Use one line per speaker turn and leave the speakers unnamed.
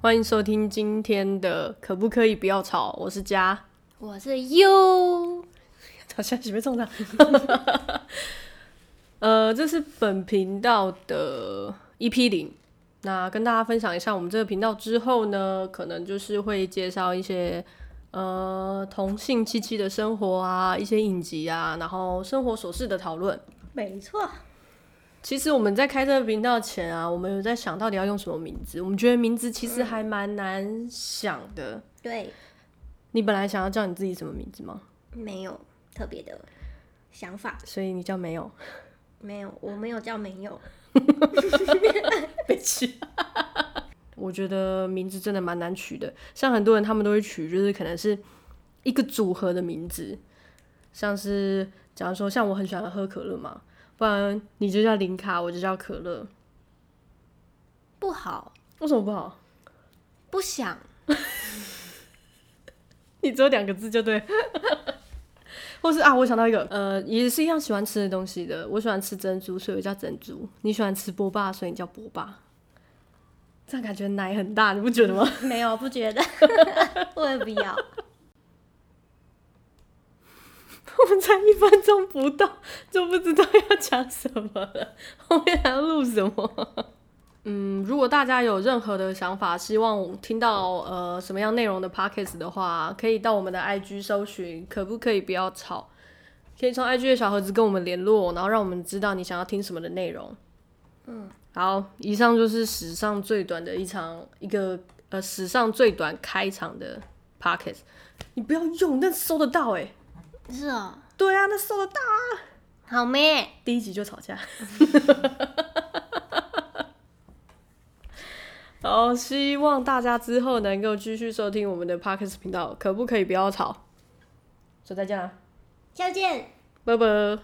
欢迎收听今天的《可不可以不要吵》，我是佳，
我是 U，
好像是被中到。呃，这是本频道的 EP 零。那跟大家分享一下我们这个频道之后呢，可能就是会介绍一些呃同性妻妻的生活啊，一些影集啊，然后生活琐事的讨论。
没错，
其实我们在开这个频道前啊，我们有在想到底要用什么名字。我们觉得名字其实还蛮难想的。
对，
你本来想要叫你自己什么名字吗？
没有特别的想法，
所以你叫没有，
没有，我没有叫没有，
被气。我觉得名字真的蛮难取的，像很多人他们都会取，就是可能是一个组合的名字，像是假如说像我很喜欢喝可乐嘛，不然你就叫零卡，我就叫可乐，
不好，
为什么不好？
不想，
你只有两个字就对。 或是啊，我想到一个，呃，也是一样喜欢吃的东西的。我喜欢吃珍珠，所以我叫珍珠。你喜欢吃波霸，所以你叫波霸。这样感觉奶很大，你不觉得吗？
没有，不觉得， 我也不要，
我们才一分钟不到，就不知道要讲什么了， 后面还要录什么？嗯，如果大家有任何的想法，希望听到呃什么样内容的 podcast 的话，可以到我们的 IG 搜寻，可不可以不要吵？可以从 IG 的小盒子跟我们联络，然后让我们知道你想要听什么的内容。
嗯，
好，以上就是史上最短的一场一个呃史上最短开场的 podcast。你不要用，那收得到哎、
是哦，
对啊，那收得到。
好咩，
第一集就吵架， 好，希望大家之后能够继续收听我们的 Parkes 频道，可不可以不要吵？说再见啦，
再见。
拜拜。